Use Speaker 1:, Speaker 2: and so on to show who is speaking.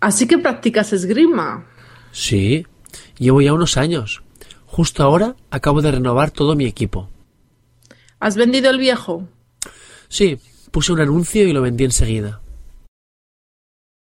Speaker 1: Así que practicas esgrima.
Speaker 2: Sí, llevo ya unos años. Justo ahora acabo de renovar todo mi equipo.
Speaker 1: ¿Has vendido el viejo?
Speaker 2: Sí, puse un anuncio y lo vendí enseguida.